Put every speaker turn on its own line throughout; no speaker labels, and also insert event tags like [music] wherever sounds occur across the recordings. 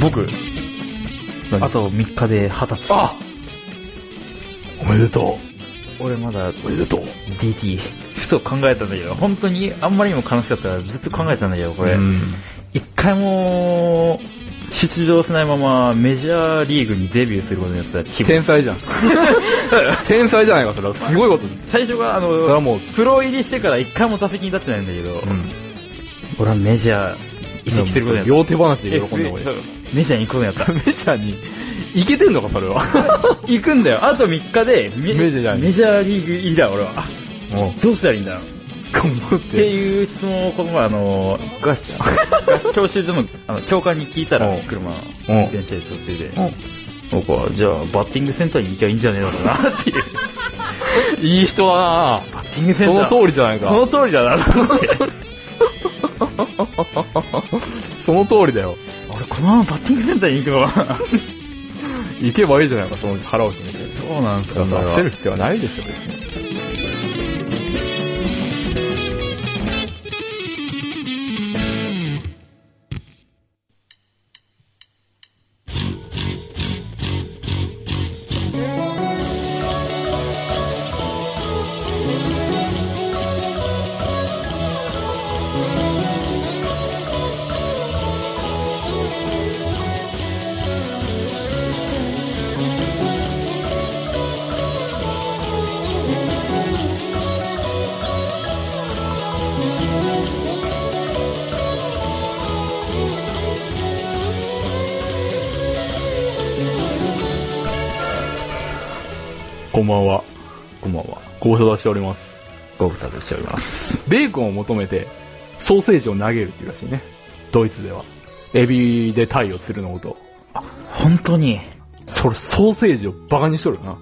僕、
何
あと3日で20歳。
あおめでと
俺まだ
う。おめでとう。
DT、ふと考えたんだけど、本当にあんまりにも悲しかったからずっと考えたんだけど、これ
う。ん。
一回も、出場しないままメジャーリーグにデビューすることになった気
天
分。
[laughs] 才じゃん。天才じゃないか、それは。すごいこと。
最初はあ
それは
の、
もう、
プロ入りしてから一回も打席に立ってないんだけど、
うん。
俺はメジャー移籍することになっ
両手話
た。
で喜んで俺。
そうメジャーに行くことになった。 [laughs]
メジャーに、いけてんのか、それは。 [laughs]
行くんだよ。あと3日でメ
メジャーに
メジャーリーグ入りだ、俺は。
も
どうしたらいいんだろう。
う、頑張っ
って
て。
いう質問をこの前あの、がが教習所のあの教官に聞いたら
う、ん
車、
うん
電車で撮ってて、僕は、じゃあ、バッティングセンターに行きゃいいんじゃねえのかなっていう。
いい人だな
バッティングセン
そ
ター
の。通りじゃないか。
その通りだなと思って。
その通りだよ。
俺、このままバッティングセンターに行くのかな
行けばいいじゃないか、その腹を決めて。
そうなんです
だ
か、そ
か
れ
ら
は
焦る必要はないでしょ、別に。こんばんは。
こんばんは。
ご無沙汰しております。
ご無沙汰しております。
ベーコンを求めて、ソーセージを投げるっていうらしいね。ドイツでは。エビでタイを釣るのこと。
本当に。
それ、ソーセージをバカにしとるよな。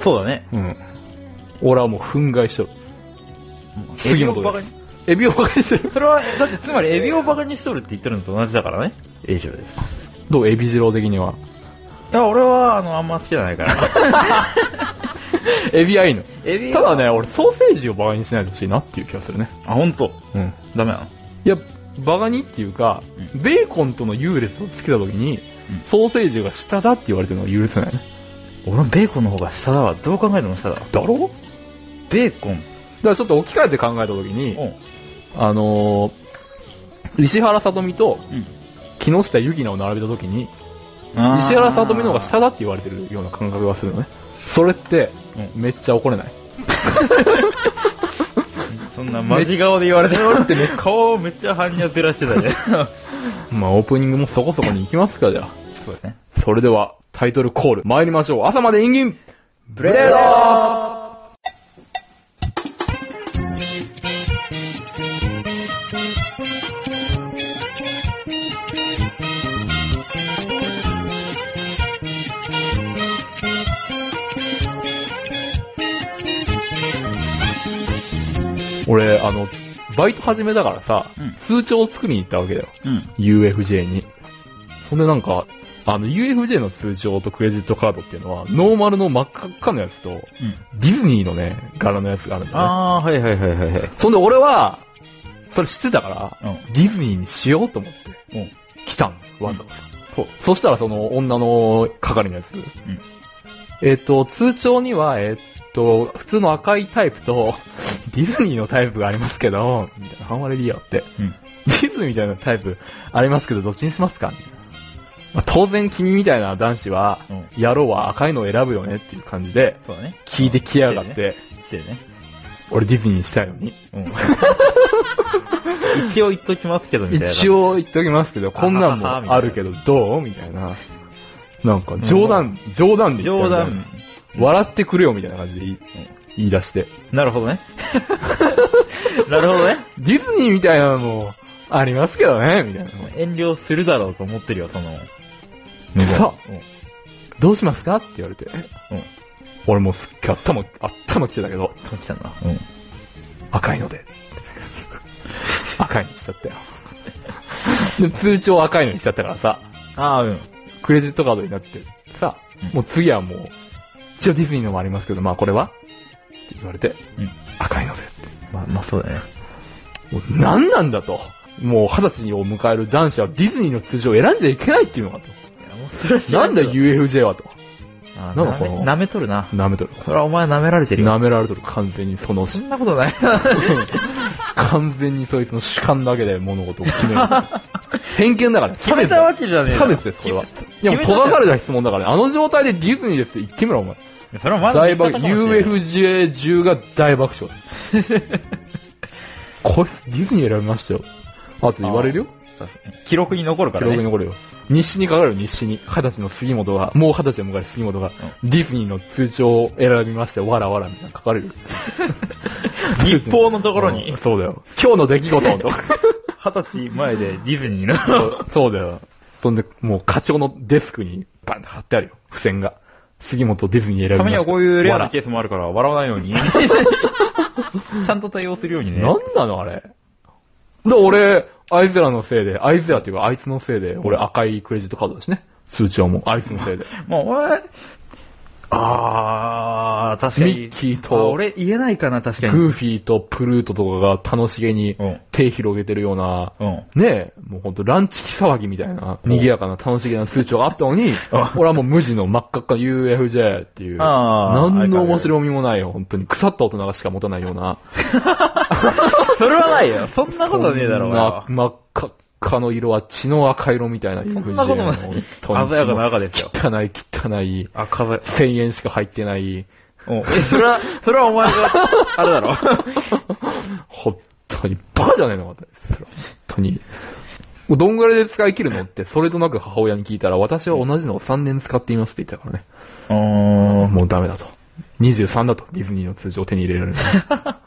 そうだね。
うん。俺はもう憤慨しとる。次のことです
エビをバ
エビをバ
カに。
カにしてる。
それは、だってつまりエビをバカにしとるって言ってるのと同じだからね。以上です。
[laughs] どうエビ二郎的には。
いや、俺は、あの、あんま好きじゃないから。
エビはいいの。
エビ
た
は
だね、俺ソーセージをバカにしないでほしいなっていう気がするね。
あ、本当。
うん。
ダメなの
いや、バカにっていうか、ベーコンとの優劣をつけたときに、
うん
ソーセージが下だって言われてるのが許せないね。
俺はベーコンの方が下だわ。どう考えても下だわ。
だろ
ベーコン。
だからちょっと置き換えて考えたときに、
ん。
あのー、石原さとみと
うん、
木下ゆきなを並べたときに、石原さとみの方が下だって言われてるような感覚がするのね。それって、めっちゃ怒れない。
そんなマジ顔で言われてるってね、顔をめっちゃ半にゃずらしてたね。
まあオープニングもそこそこに行きますか、じゃあ。
[laughs] そうですね。
それでは、タイトルコール、参りましょう。朝まで演銀
ブレード
俺、あの、バイト始めだからさ、
うん
通帳を作りに行ったわけだよ。
うん。
UFJ に。そんでなんか、あの、UFJ の通帳とクレジットカードっていうのは、ノーマルの真っ赤っかのやつと、ディズニーのね、柄のやつがあるんだよね。
あー、はいはいはいはいはい。
そんで俺は、それ知ってたから、ディズニーにしようと思って、
うん
来たの、わざわざ。
ほう
そしたらその女の係のやつ。えっ、と、通帳には、えっ、と、普通の赤いタイプと、 [laughs] ディズニーのタイプがありますけど、みたいな、ハンマレディアって、
うん
ディズニーみたいなタイプありますけど、どっちにしますかみたいな。まあ当然君みたいな男子は、
うん。うん。
野郎は赤いのを選ぶよねっていう感じで、
そうだね。
聞いてきやがって、
してね。
俺ディズニーにしたいのに。
うん。一応言っときますけど、みたいな。
一
応。
応言っておきますけど、こんなんもあるけどどうみたいな。なんか冗談、冗談で言った
冗
みたいな
談。
笑ってくれよみたいな感じで言い,、言い出して。
なるほどね。 [laughs] なるほどね。
ディズニーみたいなのもありますけどね、みたいな。
遠慮するだろうと思ってるよ、その。
さ
うん
どうしますかって言われて。
うん
俺もうすっげえ頭、頭来てたけど、
トキさんだ。うん。
赤いの
[laughs]
で。赤いのにしちゃったよ。で通帳赤いのにしちゃったからさ、
あー、うん。
クレジットカードになってさ
うん、
もう次はもう、一応ディズニーのもありますけど、まあこれはって言われて、
うん
赤いのでって。
まあ、まあそうだね。
もう何なんだと。もう二十歳を迎える男子はディズニーの通常を選んじゃいけないっていうのかと。
いやもうそれは知ら
なんだ
けど
UFJ はと。な
あ
んだ
な
こ
め
の
舐めとるな。
舐めとる。
それはお前舐められてるよ。
舐められとる完全にそ
[laughs]
の、
そんなことない。
完全にそいつの主観だけで物事を決め
[laughs]
る。偏見だから、差別だ。
けじゃ
差別です、これは。いや、もう
決め
閉
た
ざされた質問だから、あの状態でディズニーですって言ってみろ、お前。
それはまだ
大爆、UFJ 中が大爆笑。こいつディズニー選びましたよ。あと言われるよ
記録に残るか
記
ら
録に
ね。
残るよ。日誌に書かれる日誌に、二十歳の杉本が、もう二十歳を迎える杉本が、ディズニーの通帳を選びまして、わらわらみたいなの書かれる。
日報のところ
う
に
ん、そうだよ。今日の出来事とか。
二十歳前でディズニーの。
[laughs] そうだよ。そんで、もう課長のデスクに、バンって貼ってあるよ。付箋が。杉本ディズニー選
た
び
ま
ま
には
した。
こういうレア
わ
な
ら
ケースもあるから、笑わないように。 [laughs] ちゃんと対応するようにね。
なんなのあれ。で、俺、あいつらのせいで、あいつらっていうかあいつのせいで、俺赤いクレジットカードだしね。通帳も、あいつのせいで。
もう、お前あー、確かに。
ミッキーと
あ俺言えないかな、確かに。
グーフィーとプルートとかが楽しげに
うん
手広げてるような、
うん。
ねえ、もうほんとランチキ騒ぎみたいな、
ん
賑やかな楽しげな通帳があったのに、俺はもう無地の真っ赤っか UFJ っていう、
あー
何の面白みもないよ、本当に。腐った大人がしか持たないような。
それはないよ。そんなことねえだ
そ
ろ、お
ん
前
な
は
真っ赤っかの色は血の赤色みたいな UFJ
そんなこと
の
ない
本。当に
鮮やかな赤ですよ。
汚い汚い、
赤だよ。
1000円しか入ってない、
うん。え、それは、それはお前が、 [laughs] あれだろ。
本当にバカじゃねえのかって。本当に。どんぐらいで使い切るのって、それとなく母親に聞いたら、私は同じのを3年使っていますって言ったからね。
うーん。
もうダメだと。23だと、ディズニーの通常を手に入れられる。
え、じゃあ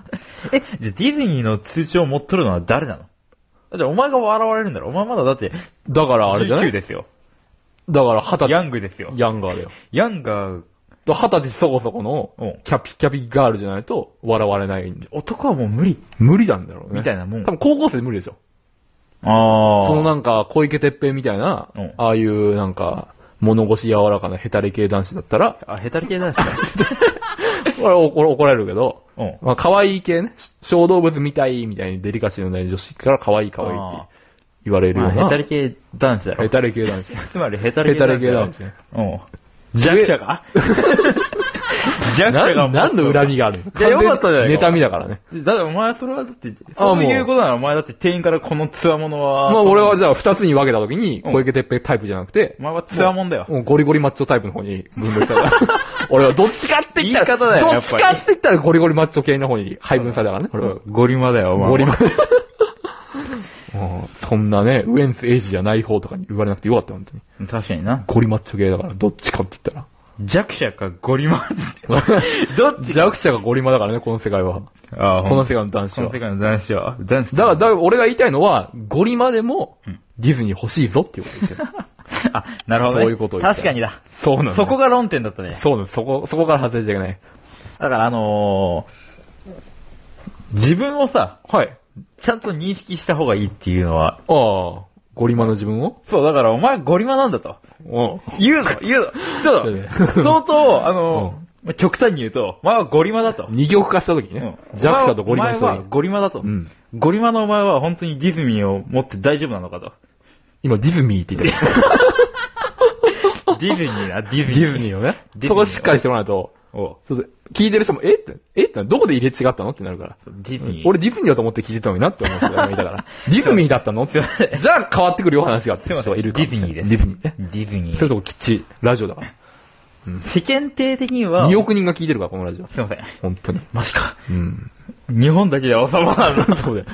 ディズニーの通知を持っとるのは誰なのだってお前が笑われるんだろ。お前まだだって、
だからあれじゃな
19
い
ですよ。
だから20歳。
ヤングですよ。
ヤンガーだよ。
ヤンが、
と20歳そこそこの
うん、
キャピキャピガールじゃないと、笑われないんで。
男はもう無理。
無理なんだろうね。
みたいなもん
多分高校生無理でしょ。
あ
そのなんか、小池徹平みたいな
うん、
ああいうなんか、物腰柔らかなヘタレ系男子だったら、
あ、ヘタリ系なんですか
俺怒怒られるけど、
うん。
まあ、可愛い系ね。小動物みたいみたいにデリカシーのない女子から可愛い可愛いって言われる
ま
よ
あ
うな。
ヘタリ系男子だろ
ヘ。タレ系男子。
つまりヘタリ
ヘ
系
タ
男
レ
子
系
だろ
男。子ね。
うん。弱者が [laughs] 弱者が
な
もう
なんの恨みがあるの
いやよかったじゃない
完全に
か
妬みだからね。
だってお前それはだって、
あ
そうい
も
う
う
ことならお前だって店員からこのつわものは、
まあ俺はじゃあ二つに分けた時に、
うん
小池徹平タイプじゃなくて
お、前はつわもんだよ。
もうゴリゴリマッチョタイプの方に分類さ [laughs] れた。俺はどっちかって言ったら、
言い方だよ
どっちかって言ったらゴリゴリマッチョ系の方に配分されたからね。俺は
ゴリマだよ、お前。
ゴリマ。 [laughs] もうそんなね、ウエンツエイジじゃない方とかに言われなくてよかった、本当に。
確かにな。
ゴリマッチョ系だから、どっちかって言ったら。
弱者かゴリマ。どっ
[laughs]
ち
弱者がゴリマだからね、この世界は。
あ
この世界の男子
こ
は。
の
だ
世
か
界の男子は。男子
ら、だから俺が言いたいのは、ゴリマでも、ディズニー欲しいぞっていうことですよ。
あ、なるほど、ね。
そういうことを言った
確かにだ。
[laughs] そうなの、
そこが論点だったね。
そうなの、そこ、そこから外れちゃいけない。
だからあのー、自分をさ、
はい。
ちゃんと認識した方がいいっていうのは、
ああ、ゴリマの自分を
そう、だからお前ゴリマなんだと。
うん。
言うの、言うの。ち
[laughs]
ょ
いやいや
っと、相当、あのー、まあ極端に言うと、お前はゴリマだと。
二極化した時にね、 [laughs] 弱者とゴリマの人
お前はお前は
に。
ゴリマだと。
うん
ゴリマのお前は本当にディズニーを持って大丈夫なのかと。
[laughs] 今ディズニーって言ってた。
ディズニーな、ディズ
デ
ニー。
ィズニーをね
ディズニ。ー
そこしっかりしてもらうと、
おう
ちょっと聞いてる人も、えって、えって、どこで入れ違ったのってなるから。
ディズニー。
俺ディズニーだと思って聞いてたのになって思ってたから、
[laughs]
ディズニーだったのって。じゃあ変わってくるよ話がって
すいませ
人
ん
がいるか
デ
も
ィ
し
ズ
れな
ニ
い
ーで
ディ
す。
ズニーね。
ディズニ
そういうと
ー。
こ吉、ラジオだから。
世間体的には、
2億人が聞いてるから、このラジオ。
すいません。
本当に。
マジか。
うん。
日本だけでは収まらない。
[laughs] そうだよ。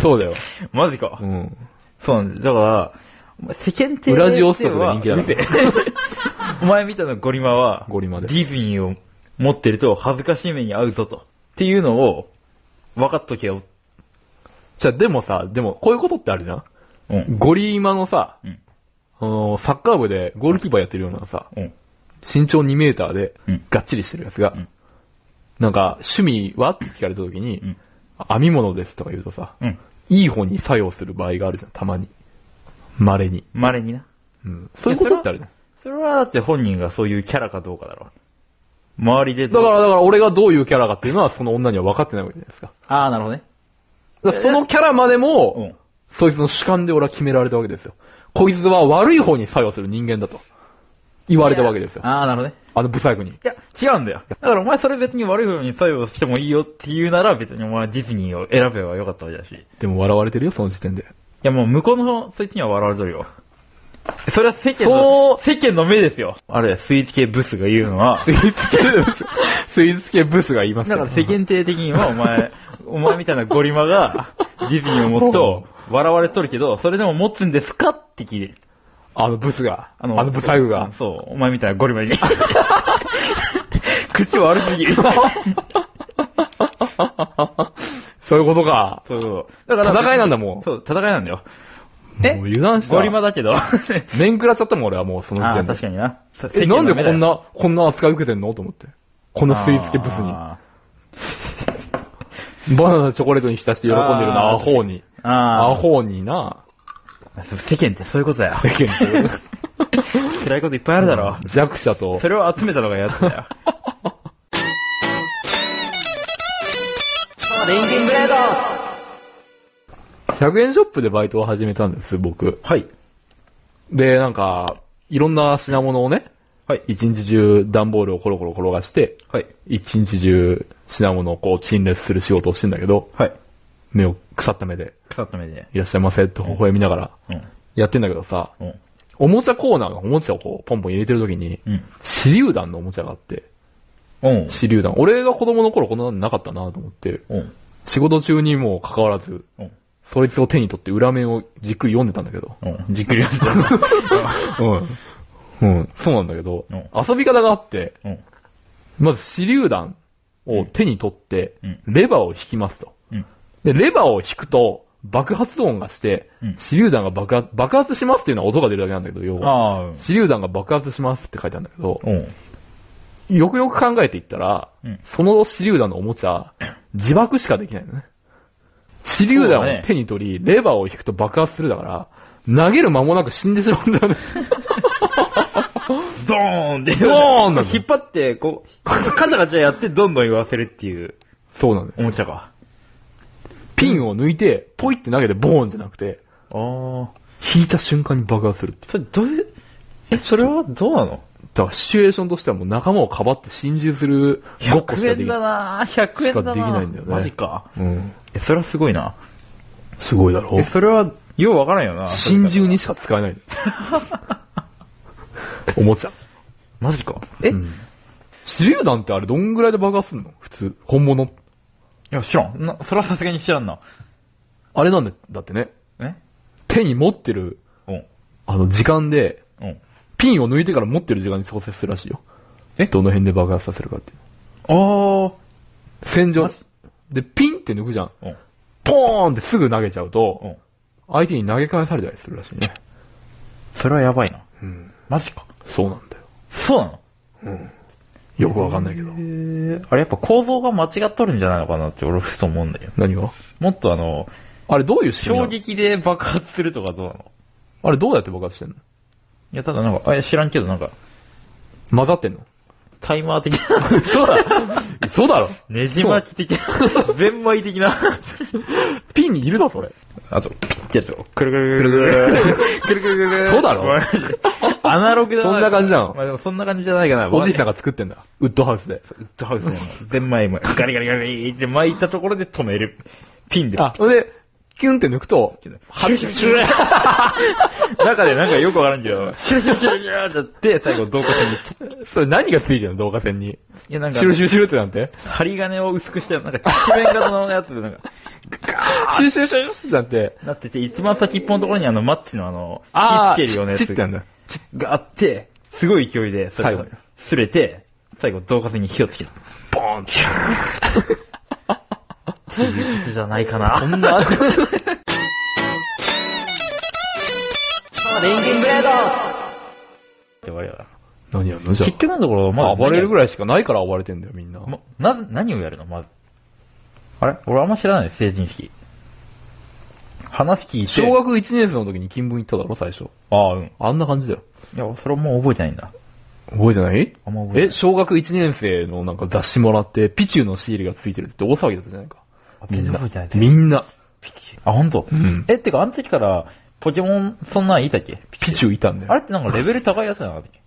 そうだよ。
マジか
う。ん。
そうなんです。だから、世間体
ウラジオストクで人気だな
では。う
[laughs]
るせえお前みたいなゴリマは、
ゴリマで
ディズニーを持ってると恥ずかしい目に遭うぞと。っていうのを、分かっとけよ。
じゃあでもさ、でも、こういうことってあるじゃん
うん。
ゴリーマのさ、
うん
あの、サッカー部でゴールキーパーやってるようなさ、
うん。
身長2メーターで
うん、
がっちりしてるやつが、
ん
なんか、趣味はって聞かれた時に、
ん
編み物ですとか言うとさ、
うん。
いい方に作用する場合があるじゃん、たまに。稀に。
稀にな。
うん。そういうことってあるじゃん。
それはだって本人がそういうキャラかどうかだろう。周りでど
だか
う
ら、だから俺がどういうキャラかっていうのはその女には分かってないわけじゃないですか。
ああ、なるほどね。
だからそのキャラまでも、
うん。
そいつの主観で俺は決められたわけですよ。こいつは悪い方に作用する人間だと。言われたわけですよ。
ああ、なるほどね。
あの不細工に。
いや、違うんだよ。だからお前それ別に悪い風に作用してもいいよって言うなら別にお前ディズニーを選べばよかったわけだし。い
でも笑われてるよ、その時点で。
やもう向こうのそいつには笑われとるよ。それは世間
そ
の、世間の目ですよ。あれ、スイーツ系ブスが言うのは
ス、イーツ系ブス、スイーツ系ブスが言いまし
だ
た
か
よ
ら世間体的にはお前、お前みたいなゴリマがディズニーを持つと笑われとるけど、それでも持つんですかって聞いて。
あのブスが、あのブサイクが。
そう、お前みたいなゴリ [laughs] マに。口悪すぎる。
そういうことか。
そうそう。だから、
戦いなんだもう
そう、戦いなんだよ。え
もう油断した。
ゴリマだけど。あ
面食らっちゃったもん、俺はもうその
あ
時
ー、確
点で。
かにな。
え、なんでこん
な
な、こんな扱い受けてんのと思って。こんなスイーツ系ブスに。
あ
バナナチョコレートに浸して喜んでるな、
あー
アホに。
ーあ
アホに
[laughs]
な。
ー。世間ってそういうことだよ。
世間と
辛いこといっぱいあるだろ。
弱者と
そ、れを集めたのがやつだよ。リンキングレード
100円ショップでバイトを始めたんです、僕。
[laughs] はい。
で、なんか、いろんな品物をね、
はい。
一日中段ボールをコロコロ転がして、
はい。
一日中品物をこう陳列する仕事をしてんだけど、
はい。
目を腐った目で、
腐った目で。
いらっしゃいませって微笑みながら
う
やってんだけどさ、
ん。うん。
おもちゃコーナーがおもちゃをこうポンポン入れてる時に、
うん。
手榴弾のおもちゃがあって、
うん。
手榴弾。俺が子供の頃こんなのなかったなと思って、
うん。
仕事中にも関わらず、
うん。
そいつを手に取って裏面をじっくり読んでたんだけど。
うん。じっく
[laughs]
り読んで。
うん。うん。そうなんだけど、
うん
遊び方があって、
うん。
まず手榴弾を手に取って、
うん
レバーを引きますと。
うん。
で、レバーを引くと、爆発音がして、
うん
手榴弾が爆発、爆発しますっていうのは音が出るだけなんだけど、要は。
ああ。
手榴弾が爆発しますって書いてあるんだけど、
うん。
よくよく考えていったら、
うん
その手榴弾のおもちゃ、自爆しかできないのね。手榴弾
そうだ
を
ね
手に取り、レバーを引くと爆発するだから、投げる間もなく死んでしまうんだよ
[laughs]
ね。
ドーンって。
ドーンなんだ
引っ張って、こう、カチャカチャやってどんどん言わせるっていう
そうなんです。
おもちゃか。
ピンを抜いて、ポイって投げてボーンじゃなくて、
ああ。
引いた瞬間に爆発するっていう。
それ、どういう、え、それはどうなの
だからシチュエーションとしてはもう仲間をかばって心中するごっこしかで
?100
き
円
ない。
だなぁ、100円だな
しか
ぁ
できないんだよね
マジか。
うん。
え、それはすごいな。
すごいだろ
え、。それは、ようわからんよな。
心中にしか使えない。
[laughs]
おもちゃ。
マジか。え、
うん
い
手榴弾ってあれどんぐらいで爆発すんの普通。本物。
や、知らん。な、それはさすがに知らんな。
あれなんだだってね。
え
手に持ってる、
うん。
あの、時間で、
うん。
ピンを抜いてから持ってる時間に調節するらしいよ。
え
どの辺で爆発させるかっていう。
あー。
戦場
マジ。
で、ピンって抜くじゃん。
うん。
ポーンってすぐ投げちゃう
う
と、
ん。
相手に投げ返されたりするらしいね。
それはやばいな。
うん。
マジか。
そうなんだよ。
そうなの
よくわかんないけど
へ。ーあれやっぱ構造が間違っとるんじゃないのかなって俺ふと思うんだよ。
何が
もっとあの、
あれどういう仕組み
衝
なの
撃で爆発するとかどうなの
あれどうやって爆発してんの
いや、ただなんか、あ、いや知らんけどなんか、
混ざってんの
タイマー的な、
そうだそうだろ
ねじ巻き的な、弁米的な。
ピンにいるだそれ。
あと、ピッてやつを、くるくるくるくる。くるくるくるくる。
そうだろ
ごめんなさいアナログだ
そんな感じなの
まあでもそんな感じじゃないかな。
おじいさ
ん。
んが作ってんだ。ウッドハウスで。
ウッドハウスのゼンマイも、ガリガリガリって巻いたところで止める。ピンで。
あ、それで、キュンって抜くと、
はみ出し中でなんかよくわからんけど、シュルシュルシュルシュルってやって、最後導火線に、
それ何がついてるの動画線に。
いやなんか
シュ、ルシュルシュルってなんて。
針金を薄くした、なんか、地面型のやつで、なんか、
シュルシュルシュルシュルってなんて。
なってて、一番先っぽのところにあの、マッチのあの、火つけるようなや
チ
つ
ッチッってなんだ。
があって、すごい勢いで、それ
最
が
後
擦れて、最後、導火線に火をつけた。
ボーンキュー
っていうことじゃない
こ
か
[laughs]
な。
んな、
ってわけだ。
何やんのじゃ
結局のところ、ま
あ。
だ
暴れるぐ
らい。
らいしかないから暴れてんだよ、みんな。
ま、な、何をやるのまず。あれ俺あんま知らない、成人式。話聞いて。
小学1年生の時に金文行っただろ、最初。
ああ、うん。い
あんな感じだよ。
や、それはもう覚えてないんだ。
覚えてない
あんま覚えて
え、
ない。
小学1年生のなんか雑誌もらって、ピチューのシールがついてるって大騒ぎだったじゃないか。
全然覚えてない。
みんな。
ピチあ、ほんと
うん。
え、ってか、あの時から、ポケモン、そんなんいたっけ
ピチューいたんだ
あ
よ。
れってなんかレベル高いやつじゃなかったっけ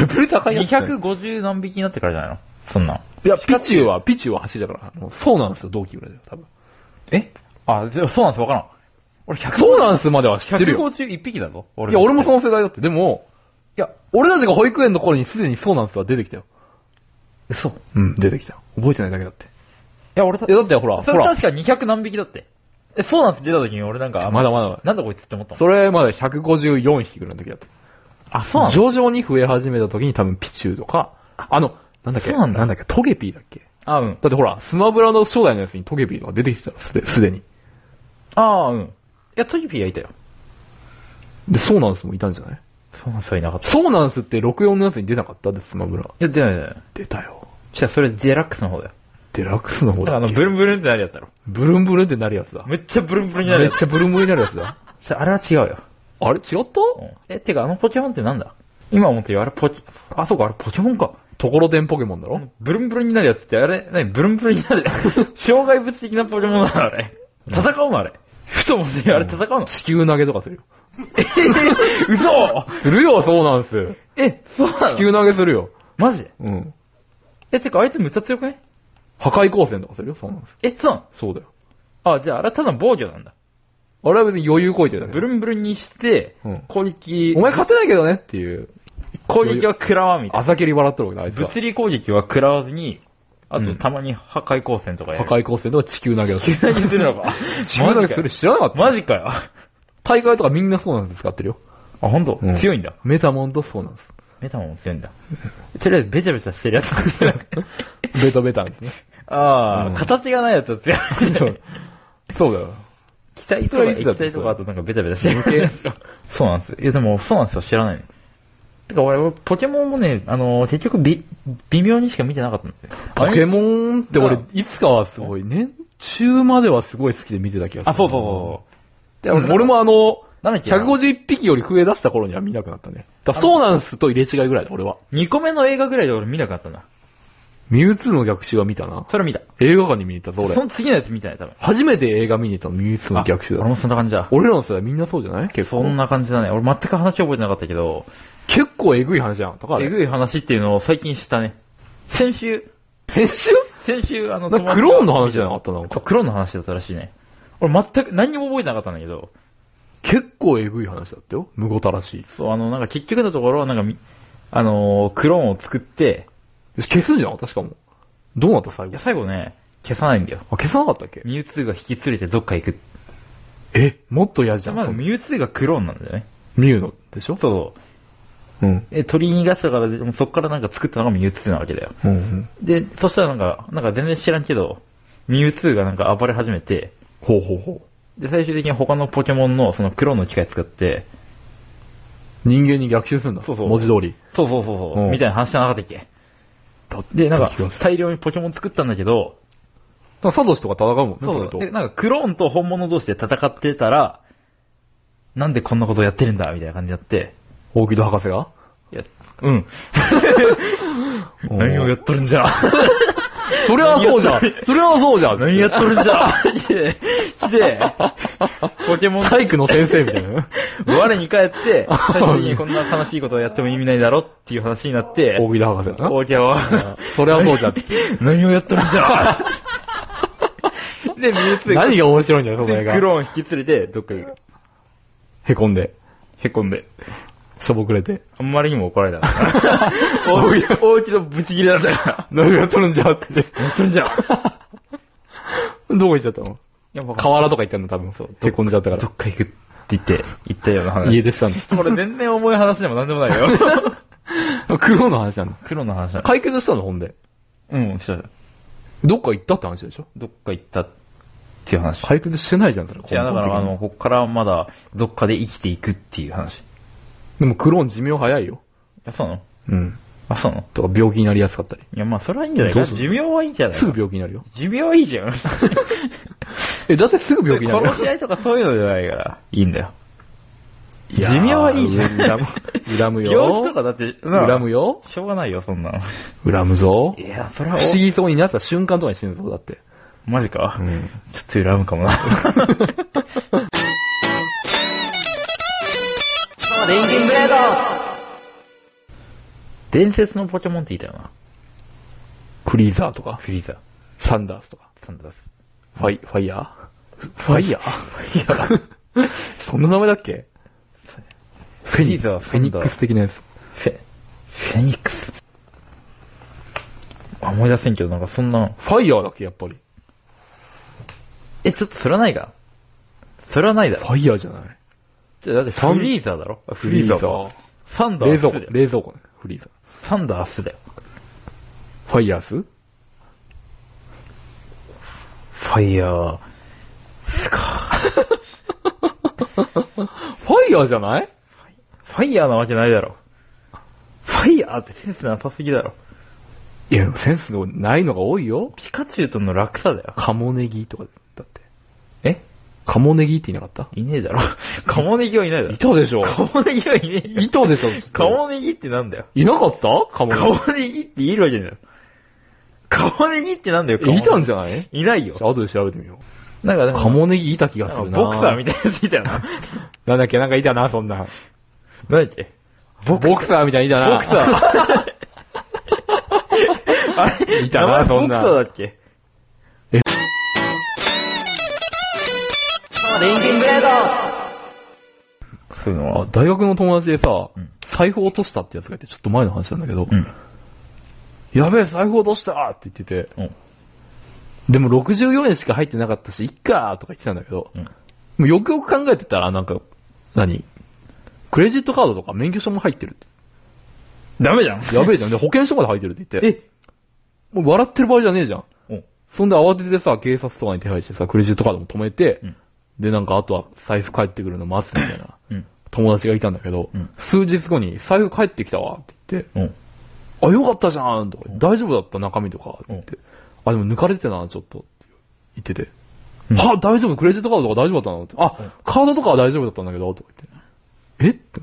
レベル高いやつだよ。
250何匹になってからじゃないのそんなん。
いや、ピチューは、ピチューは走りだから。もうそうなんですよ、同期ぐらいだよ、多分。
えあ、じゃあそうなんです、わからん。俺100、
そうなんですまでは知ってるよ。
151匹だぞ。
いや、俺もそ
の。
の世代だって。でも、いや、俺たちが保育園の頃にすでにそうなんですは出てきたよ。
そう。い
うん、出てきた。覚えてないだけだって。
や、俺た
いや、だってほら、
そ
ほ
れ
ら
確、か200何匹だって。え、そうなんです出た時に俺なんか、あ
まだまだ。
なんだこいつって思ったもん
それまだ154匹ぐらいの時だった。
あ、そうなんだ。
徐々に増え始めた時に多分ピチューとか、あの、なんだっけ
そうなんだ
だっけトゲピーだっけ
あ、うん。
だってほら、スマブラの初代のやつにトゲピーとか出てきてたのすで、すでに。
ああ、うん。いや、トキピーはいたよ。
で、ソーナンスもいたんじゃない
そうなんすはいなかった。い
ソーナンスって64のやつに出なかったってスマブラ。
や、出ない出ない。
出たよ。
じゃあそれデラックスの方だよ。
デラックスの方
あ
だ
の、
っ
ブ
け。
ルンブルンってなるやつだろ。
ブルンブルンってなるやつだ。
めっちゃブルンブルンになる
めっ
やつ。
ちゃブルンブルンになるやつだ。
ちょあれは違うよ。
あれ違った
え、てかあのポケモンってなんだ今思ってよ、あれポケ、あ、そうか、あれポケモンか。
ところてんポケモンだろ
ブルンブルンになるやつって、あれ、何ブルンブルンになる。
[laughs]
障害物的なポケモンなのあれ。戦うのあれ。ふと思ってよ、あれ戦うの
地球投げとかするよ。
嘘
するよ、そうなんす。
[laughs] え、そうな
地
の
球投げするよ。
マジで
うん。
え、てかあいつめっちゃ強くね
破壊光線とかするよ、そうなんす。
え、そうな
そうだよ。
のあ、じゃああれはただ防御なんだ。
あれは別に余裕こいてるだけだよ
ブルンブルンにして
うん、
攻撃
お、前勝てないけどねっていう、
攻撃は食らわんみたい
あざけり笑っとるわけだ、あいつ
な。
は。
物理攻撃は食らわずに、あ
う
と
ん
たまに破壊光線とかやる。 [laughs]
破壊光線とか地球投げをす [laughs] る。
壊するのか
地球投げする知らなかった
マジかよ。あ、
大会とかみんなそうなんです、使ってるよ。
本当
うん
強いんだ。
メタモンとそうなんです。
メタモン強いんだ。 [laughs] とりあえずベチャベチャしてるやつ。
[laughs] ベタベタみたい
[laughs] ああ、
うん
形がないやつは強
な
い。
そうだよ。
機体と
そ
か
れはいつ
液
だって
体とかあとなんかベタベタしてるやつ。そうなんです。いやでも、そうなんですよ。知らないの。てか俺、俺ポケモンもね、あのー結局び、微妙にしか見てなかったんですよ。
ポケ
ン
モンって
う
俺
ん、
いつかはすごい、年中まではすごい好きで見てた気がする。
あ、そうそうそう。
でも俺もあの、
なんだっけ
151匹より増え出した頃には見なくなったね。だからそうなんすと入れ違いぐらいだ、俺は。
2個目の映画ぐらいで俺見なかったな。
ミュウツーの逆襲は見たな。
それ見た。
映画館に見に行ったぞ、
そ
俺。
の次のやつ見たね、多分。
初めて映画見に行ったの、ミュウツーの逆襲だ
俺。もそんな感じだ。
俺らの世代みんなそうじゃない結
そ
構
ん。な感じだね。俺全く話覚えてなかったけど、
結構えぐい話じゃん。とかあ
え
れ。
ぐい話っていうのを最近したね。先週、
先週
先週、あの、
なんかクローンの話じゃなかったな。
そうクローンの話だったらしいね。俺全く何にも覚えてなかったんだけど、
結構えぐい話だったよ。無ごたらしい。
そう、あの、なんか結局のところ、なんかみ、あのークローンを作って、
消すんじゃなかったしかも。どうなった最
い
後。
や、
あ、
最後ね、消さないんだよ。
消さなかったっけ
ミュウツーが引き連れてどっか行く。
えもっと嫌じ
じ
ゃ
ゃ
ん。
あまず
その
ミュウツーがクローンなんだよね。
ミュウのでしょ
そうそう。
うん。
え、取り逃がしたから、でもそっからなんか作ったのがミュウツーなわけだよ。
うんうん。
で、そしたらなんか、なんか全然知らんけど、ミュウツーがなんか暴れ始めて、
ほうほうほ
で、最終的に他のポケモンのそのクローンの機械使って、
う。人間に逆襲するんだ。
そうそう
文字通り。
そうそうそうそうう、
ん
みたいな話じゃなかったっけ
だ
で、なんか
気がする、
大量にポケモン作ったんだけど、
なんかサトシとか戦うもんね、
そう
れと
そう。で、なんかクローンと本物同士で戦ってたら、なんでこんなことやってるんだみたいな感じになって、
大木戸博士が
いや、うん。何をやっとるんじゃ。
それはそうじゃん
何や
それはそうじゃん
何やっとるんじゃ。で来て、ポケモン、
体育の先生みたいな。
我に帰って、最初にこんな悲しいことをやっても意味ないだろっていう話になって、
大木戸博士だな。
おじゃは、
それはそうじゃん。
何をやっとるんじゃ。で、ミュウツーが
何が面白いんだよ、その映画
ク。ローン引き連れて、どっか行く。
へこんで、
へこんで。
しょぼくれて。
あんまりにも怒られた [laughs] から。大うちのブチ切れだったか
何がやっとるんじゃって。
ら。やっとんじゃん。い
どこ行っちゃったの
や、ば
河原とか行ったんだ、多分。
そう
へこんじゃったか
ど
ら。
っか行くって言って、行ったような話。
家出したんだ。
これ全然重い話でもなんでもない [laughs] よ。
苦労の話なんだ。
黒の話だ。
解決したの、ほんで。
うん、したした。
どっか行ったって話でしょ
どっか行ったっていう話。
解決してないじゃん、それ。
いや、だから、あ
根本的に
の、こっからまだ、どっかで生きていくっていう話。い
でもクローン寿命早いよ。
や、そうなの
うん。
あ、そうなの
とか病気になりやすかったり。
いや、まあ、それはいいんじゃないか
ど
な。
うすんの
寿命はいいんじゃない
すぐ病気になるよ。
寿命はいいじゃん。
え、だってすぐ病気になるよ
殺。し合いとかそういうのじゃないから。いいんだよ。
いやー
寿命はいいじゃん
恨む。恨むよ。
病気とかだって、な
恨むよ。
しょうがないよ、そんなの。
恨むぞ。
いや、それ
不
は、
思議そうになった瞬間とかに死ぬぞ、だって。
マジか
う。ん。
ちょっと恨むかもな。
リンキンブレード
伝説のポケモンっていたよな。
フリーザーとか、
フリーザ、
サンダースとか、
サンダース。
ファイ、ファイヤーファイヤーファイヤー [laughs] そんな名前だっけフェニ
フリーザー
フェニックス的なやつ。
フェ、フェニックス。あ思い出せんけど、なんかそんな、
ファイヤーだっけ、やっぱり。
え、ちょっとそれはないかそれはないだ
フ
ろ。
ァイヤーじゃない。
じゃ、だって
サン
フリーザーだろ
フリーザー
か。サンダ
冷
ー
蔵
ス
庫
だ、よ。
冷蔵庫ね。フリーザー。
サンダースだよ。
ファイヤース
ファイヤー。
ファイヤーじゃない
ファイヤーなわけないだろ。ファイヤーってセンスなさすぎだろ。
いや、センスのないのが多いよ。
ピカチュウとの落差だよ。
カモネギとかだって。
え
カモネギって言いなかっ
いねえだ [laughs] ろ。カモネギはいないだ
たい。
ろ
たでしょ
カモネギはいねえよ。
いたでしょ
カモネギってなんだよ。
いなかったカモ
カ
ネ
モネギって言えるわけないだろ。カモネギってなんだよ、カモ
ギ。
ネ
い
ギ
たんじゃない
いないよ
じ。ゃあ後で調べてみよ
なんかで
う。
も、
カモネギいた気がするな
ボクサーみたいなやついたよな。
なんだっけなんかいたな、そんな。
なんだっけ
ボクサーみたいにいたな。
ボクサー。あれ
いたな
名前
そんな
ボクサーだっけ
リンキンブレード
そういうの
あ、大学の友達でさ
うん、
財布落としたってやつがいて、ちょっと前の話なんだけど、
うん
やべえ、財布落としたって言ってて、
うん
でも64円しか入ってなかったし、いっかーとか言ってたんだけど、
うん
もうよくよく考えてたら、なんか、何クレジットカードとか免許証も入ってるって。
ダメじゃん。
やべえじゃん。で、保険証まで入ってるって言って。
え
もう笑ってる場合じゃねえじゃん。
うん
そんで慌ててさ、警察とかに手配してさ、クレジットカードも止めて、
ん
で、なんかあとは財布帰ってくるの待つみたいな、
うん
友達がいたんだけど、
ん
数日後に財布帰ってきたわって言って、
うん。
あ、よかったじゃんとか、大丈夫だった中身とかって言って、あ、でも抜かれてたな、ちょっとって言ってて、
うん
は大丈夫クレジットカードとか大丈夫だったのって、あ、カードとかは大丈夫だったんだけど、とか言って、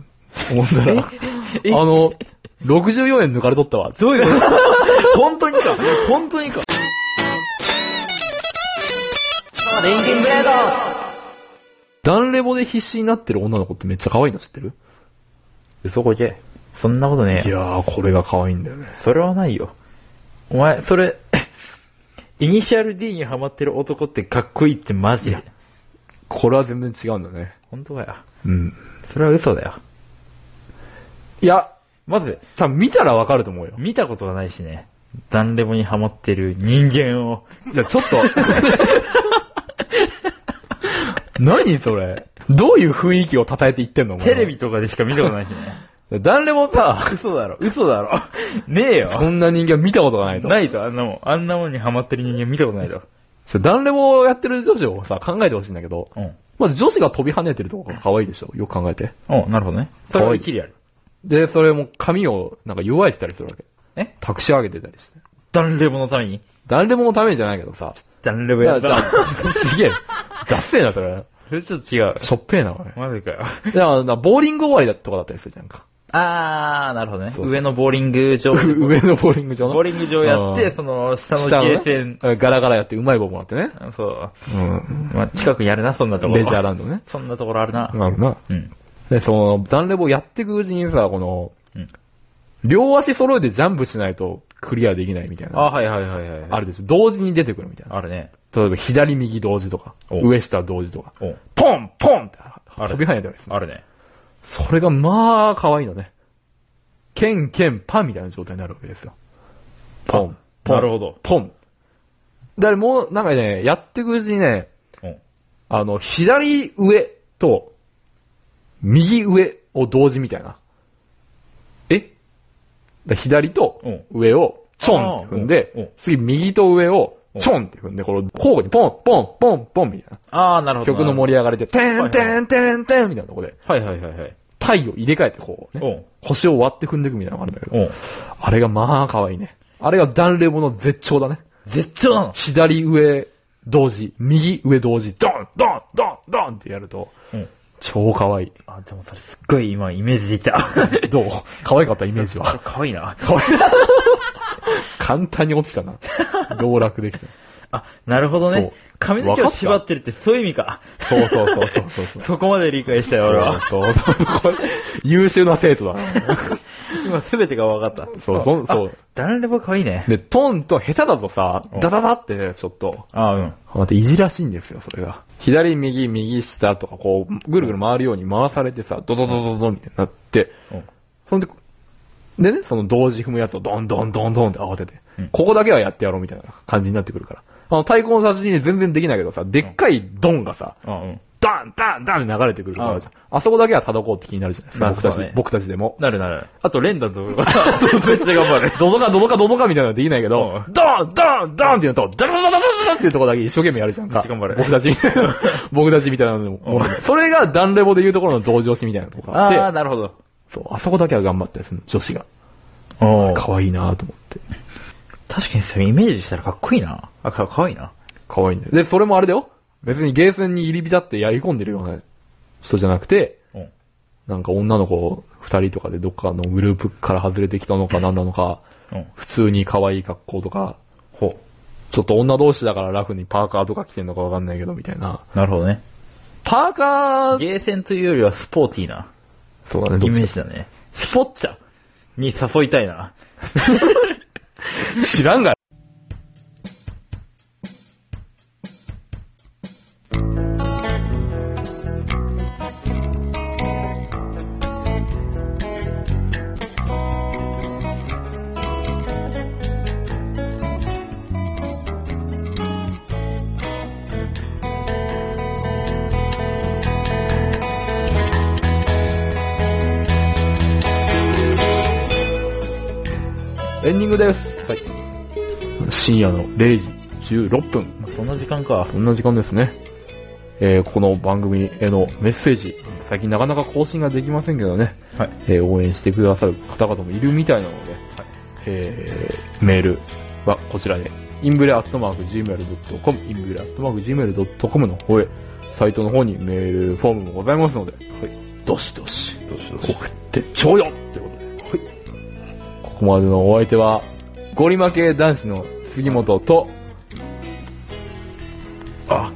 えって思ったら、
え
あの、64円抜かれとったわって。
どういうこと [laughs] 本当にか。本当にか。
リンキンブレード
ダンレボで必死になってる女の子ってめっちゃ可愛いの知ってる
嘘こけ。そんなことねえ
い
よ。
やー、これが可愛いんだよね。
それはないよ。お前、それ、 [laughs] イニシャル D にハマってる男ってかっこいいってマジや。
これは全然違うんだね。
本当かよ。
うん。
それは嘘だよ。
いや、
まず、
多分見たらわかると思うよ。
見たことがないしね。ダンレボにハマってる人間を。
じゃ、ちょ
[laughs]
っと。何それどういう雰囲気を称えて言ってんのお前
テレビとかでしか見たことないしね。
ダンレボさ、
嘘だろ、嘘だろ。ねえよ。
そんな人間見たことがないと。
ないと、あんなもん。あんなもんにハマってる人間見たことないと。
ちょダンレボをやってる女子をさ、考えてほしいんだけど、
うん。
まず女子が飛び跳ねてるとこが可愛いでしょよく考えて。
おなるほどね。それは一理ある。
で、それも髪をなんか弱いてたりするわけ。
え
託し上げてたりして。
ダンレボのために
ダンレボのためにじゃないけどさ。
ダンレボや
だ
っ
か
た
ら
ら。、
[laughs] すげえ。ダッセーな、それ。
それちょっと違う。
しょっぺえな、これ。
マジかよ。
だから、ボーリング終わりだとかだったりするじゃんか。
あー、なるほどね。
そうそう
上のボーリング
[laughs]
場。
上のボーリング場の。
ボーリング場やって、その、下の
下の
ゲ
ね
ーセン。
ガラガラやってうまい棒もらってね。
あそうう。
ん。
まあ、近くにあるな、そんなところ。
レジャーランドね。
そんなところあるな。
なるな。
うん。
で、その、残レボやっていくうちにさ、この、
うん
両足揃えてジャンプしないとクリアできないみたいな。
あ、はいはいはいはい。
あるでしょ。同時に出てくるみたいな。
あるね。
例えば、左右同時とか、
お
上下同時とか。
お
ポンポンって
れ
飛び跳ねたりする。
あるね。
それがまあ、可愛いのね。ケンケンパンみたいな状態になるわけですよ。ポン、ポン。
なるほど。
ポン。だからもう、なんかね、やっていくうちにね、
うん。
あの、左上と、右上を同時みたいな。
え
だ左と
うん
上を、チョンって踏んで、
あーうんうん
次右と上を
う、ん
チョンって踏んで、この交互にポン、ポン、ポン、ポンみたい
あー、なる
な。
ほど。
曲の盛り上がりで、テン、テン、テン、テンみたいなとこで、
はいはいはいはい。
太陽入れ替えてこうね、
お
星を割って踏んでいくみたいなのがあるんだけど、
お
あれがまあ可愛いね。あれがダンレボの絶頂だね。
絶頂なの
左上同時、右上同時、ドン、ドン、ドン、ドンってやると、
うん。
超可愛い。
あ、でもそれすっごい今イメージできた。
[laughs]
[laughs]
どう可愛かったイメージ [laughs] は。
かわいいな。
[laughs] 簡単に落ちたな。老落できた。
あ、なるほど
そう
ね。髪の毛を縛ってるってそういう意味か。
そうそうそうそうそうそう。
そこまで理解したよ、俺は。
そうそうそうこれ優秀な生徒だ。
今すべてが分かった。
そうそうそう。
ダラレバ可愛いね。
で、トントン下手だとさ、
うん
ダダダってね、ちょっと、
あうん。
またいじらしいんですよ、それが。左、右、右、下とか、こう、ぐるぐる回るように回されてさ、ドドドドドンみたいになって、
うん
そんで、でね、その同時踏むやつをドンドンドンドンって慌てて、
うん
ここだけはやってやろうみたいな感じになってくるから。あの、太鼓の達人に全然できないけどさ、でっかいドンがさ、
あうん。
ダンダンダンって流れてくるから、
うん
あそこだけは叩こうって気になるじゃないですか、
まあ
僕たち、
そうだね
僕たちでも。
なるなる。あと、連打と、めっちゃ頑張る。
ドドカドドカドドカみたいなのはできないけど、ドンドンドンっていうのと、ダラダラダラダラっていうとこだけ一生懸命やるじゃんか。
頑張れ
僕たち、僕たちみたいなのでも。それがダンレボで言うところの同情しみたいなとこが
[laughs] あ
あ
あ、
って、
なるほど。
そう、あそこだけは頑張ったです、女子が。
お
可愛いなと思って。
確かにそれイメージしたらかっこいいな。あ、か、かわいいな。
可愛いんだよ。で、それもあれだよ。別にゲーセンに入り浸ってやり込んでるような人じゃなくて、
うん。
なんか女の子二人とかでどっかのグループから外れてきたのか何なのか、
うん。
普通に可愛い格好とか、
ほ
ちょっと女同士だからラフにパーカーとか着てんのかわかんないけど、みたいな。
う。なるほどね。
パーカー、
ゲーセンというよりはスポーティーな
そうだね、
イメージだね。スポッチャに誘いたいな。
知らんがエンディングです。はい。深夜の0時16分。
まあそんな時間か。
こんな時間ですね。えー、この番組へのメッセージ、最近なかなか更新ができませんけどね、
はい。
えー、応援してくださる方々もいるみたいなので、えー、メールはこちらで、インブレアットマーク Gmail.com、インブレアットマーク Gmail.com の方へ、サイトの方にメールフォームもございますので、どしどし、
どうしよ
送ってちょうよということで、ここまでのお相手は、ゴリ負け男子の杉本と、
あ、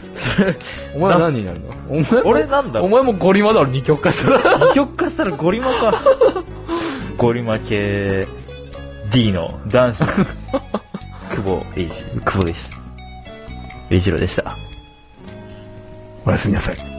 お前は何になるのお前も
俺なんだ
お前もゴリマだろ、二極化したら。
二極化したらゴリマ [laughs] か。ゴリマ系 D の [laughs] 男子、久保栄一、久保です。栄一郎でした。
おやすみなさい。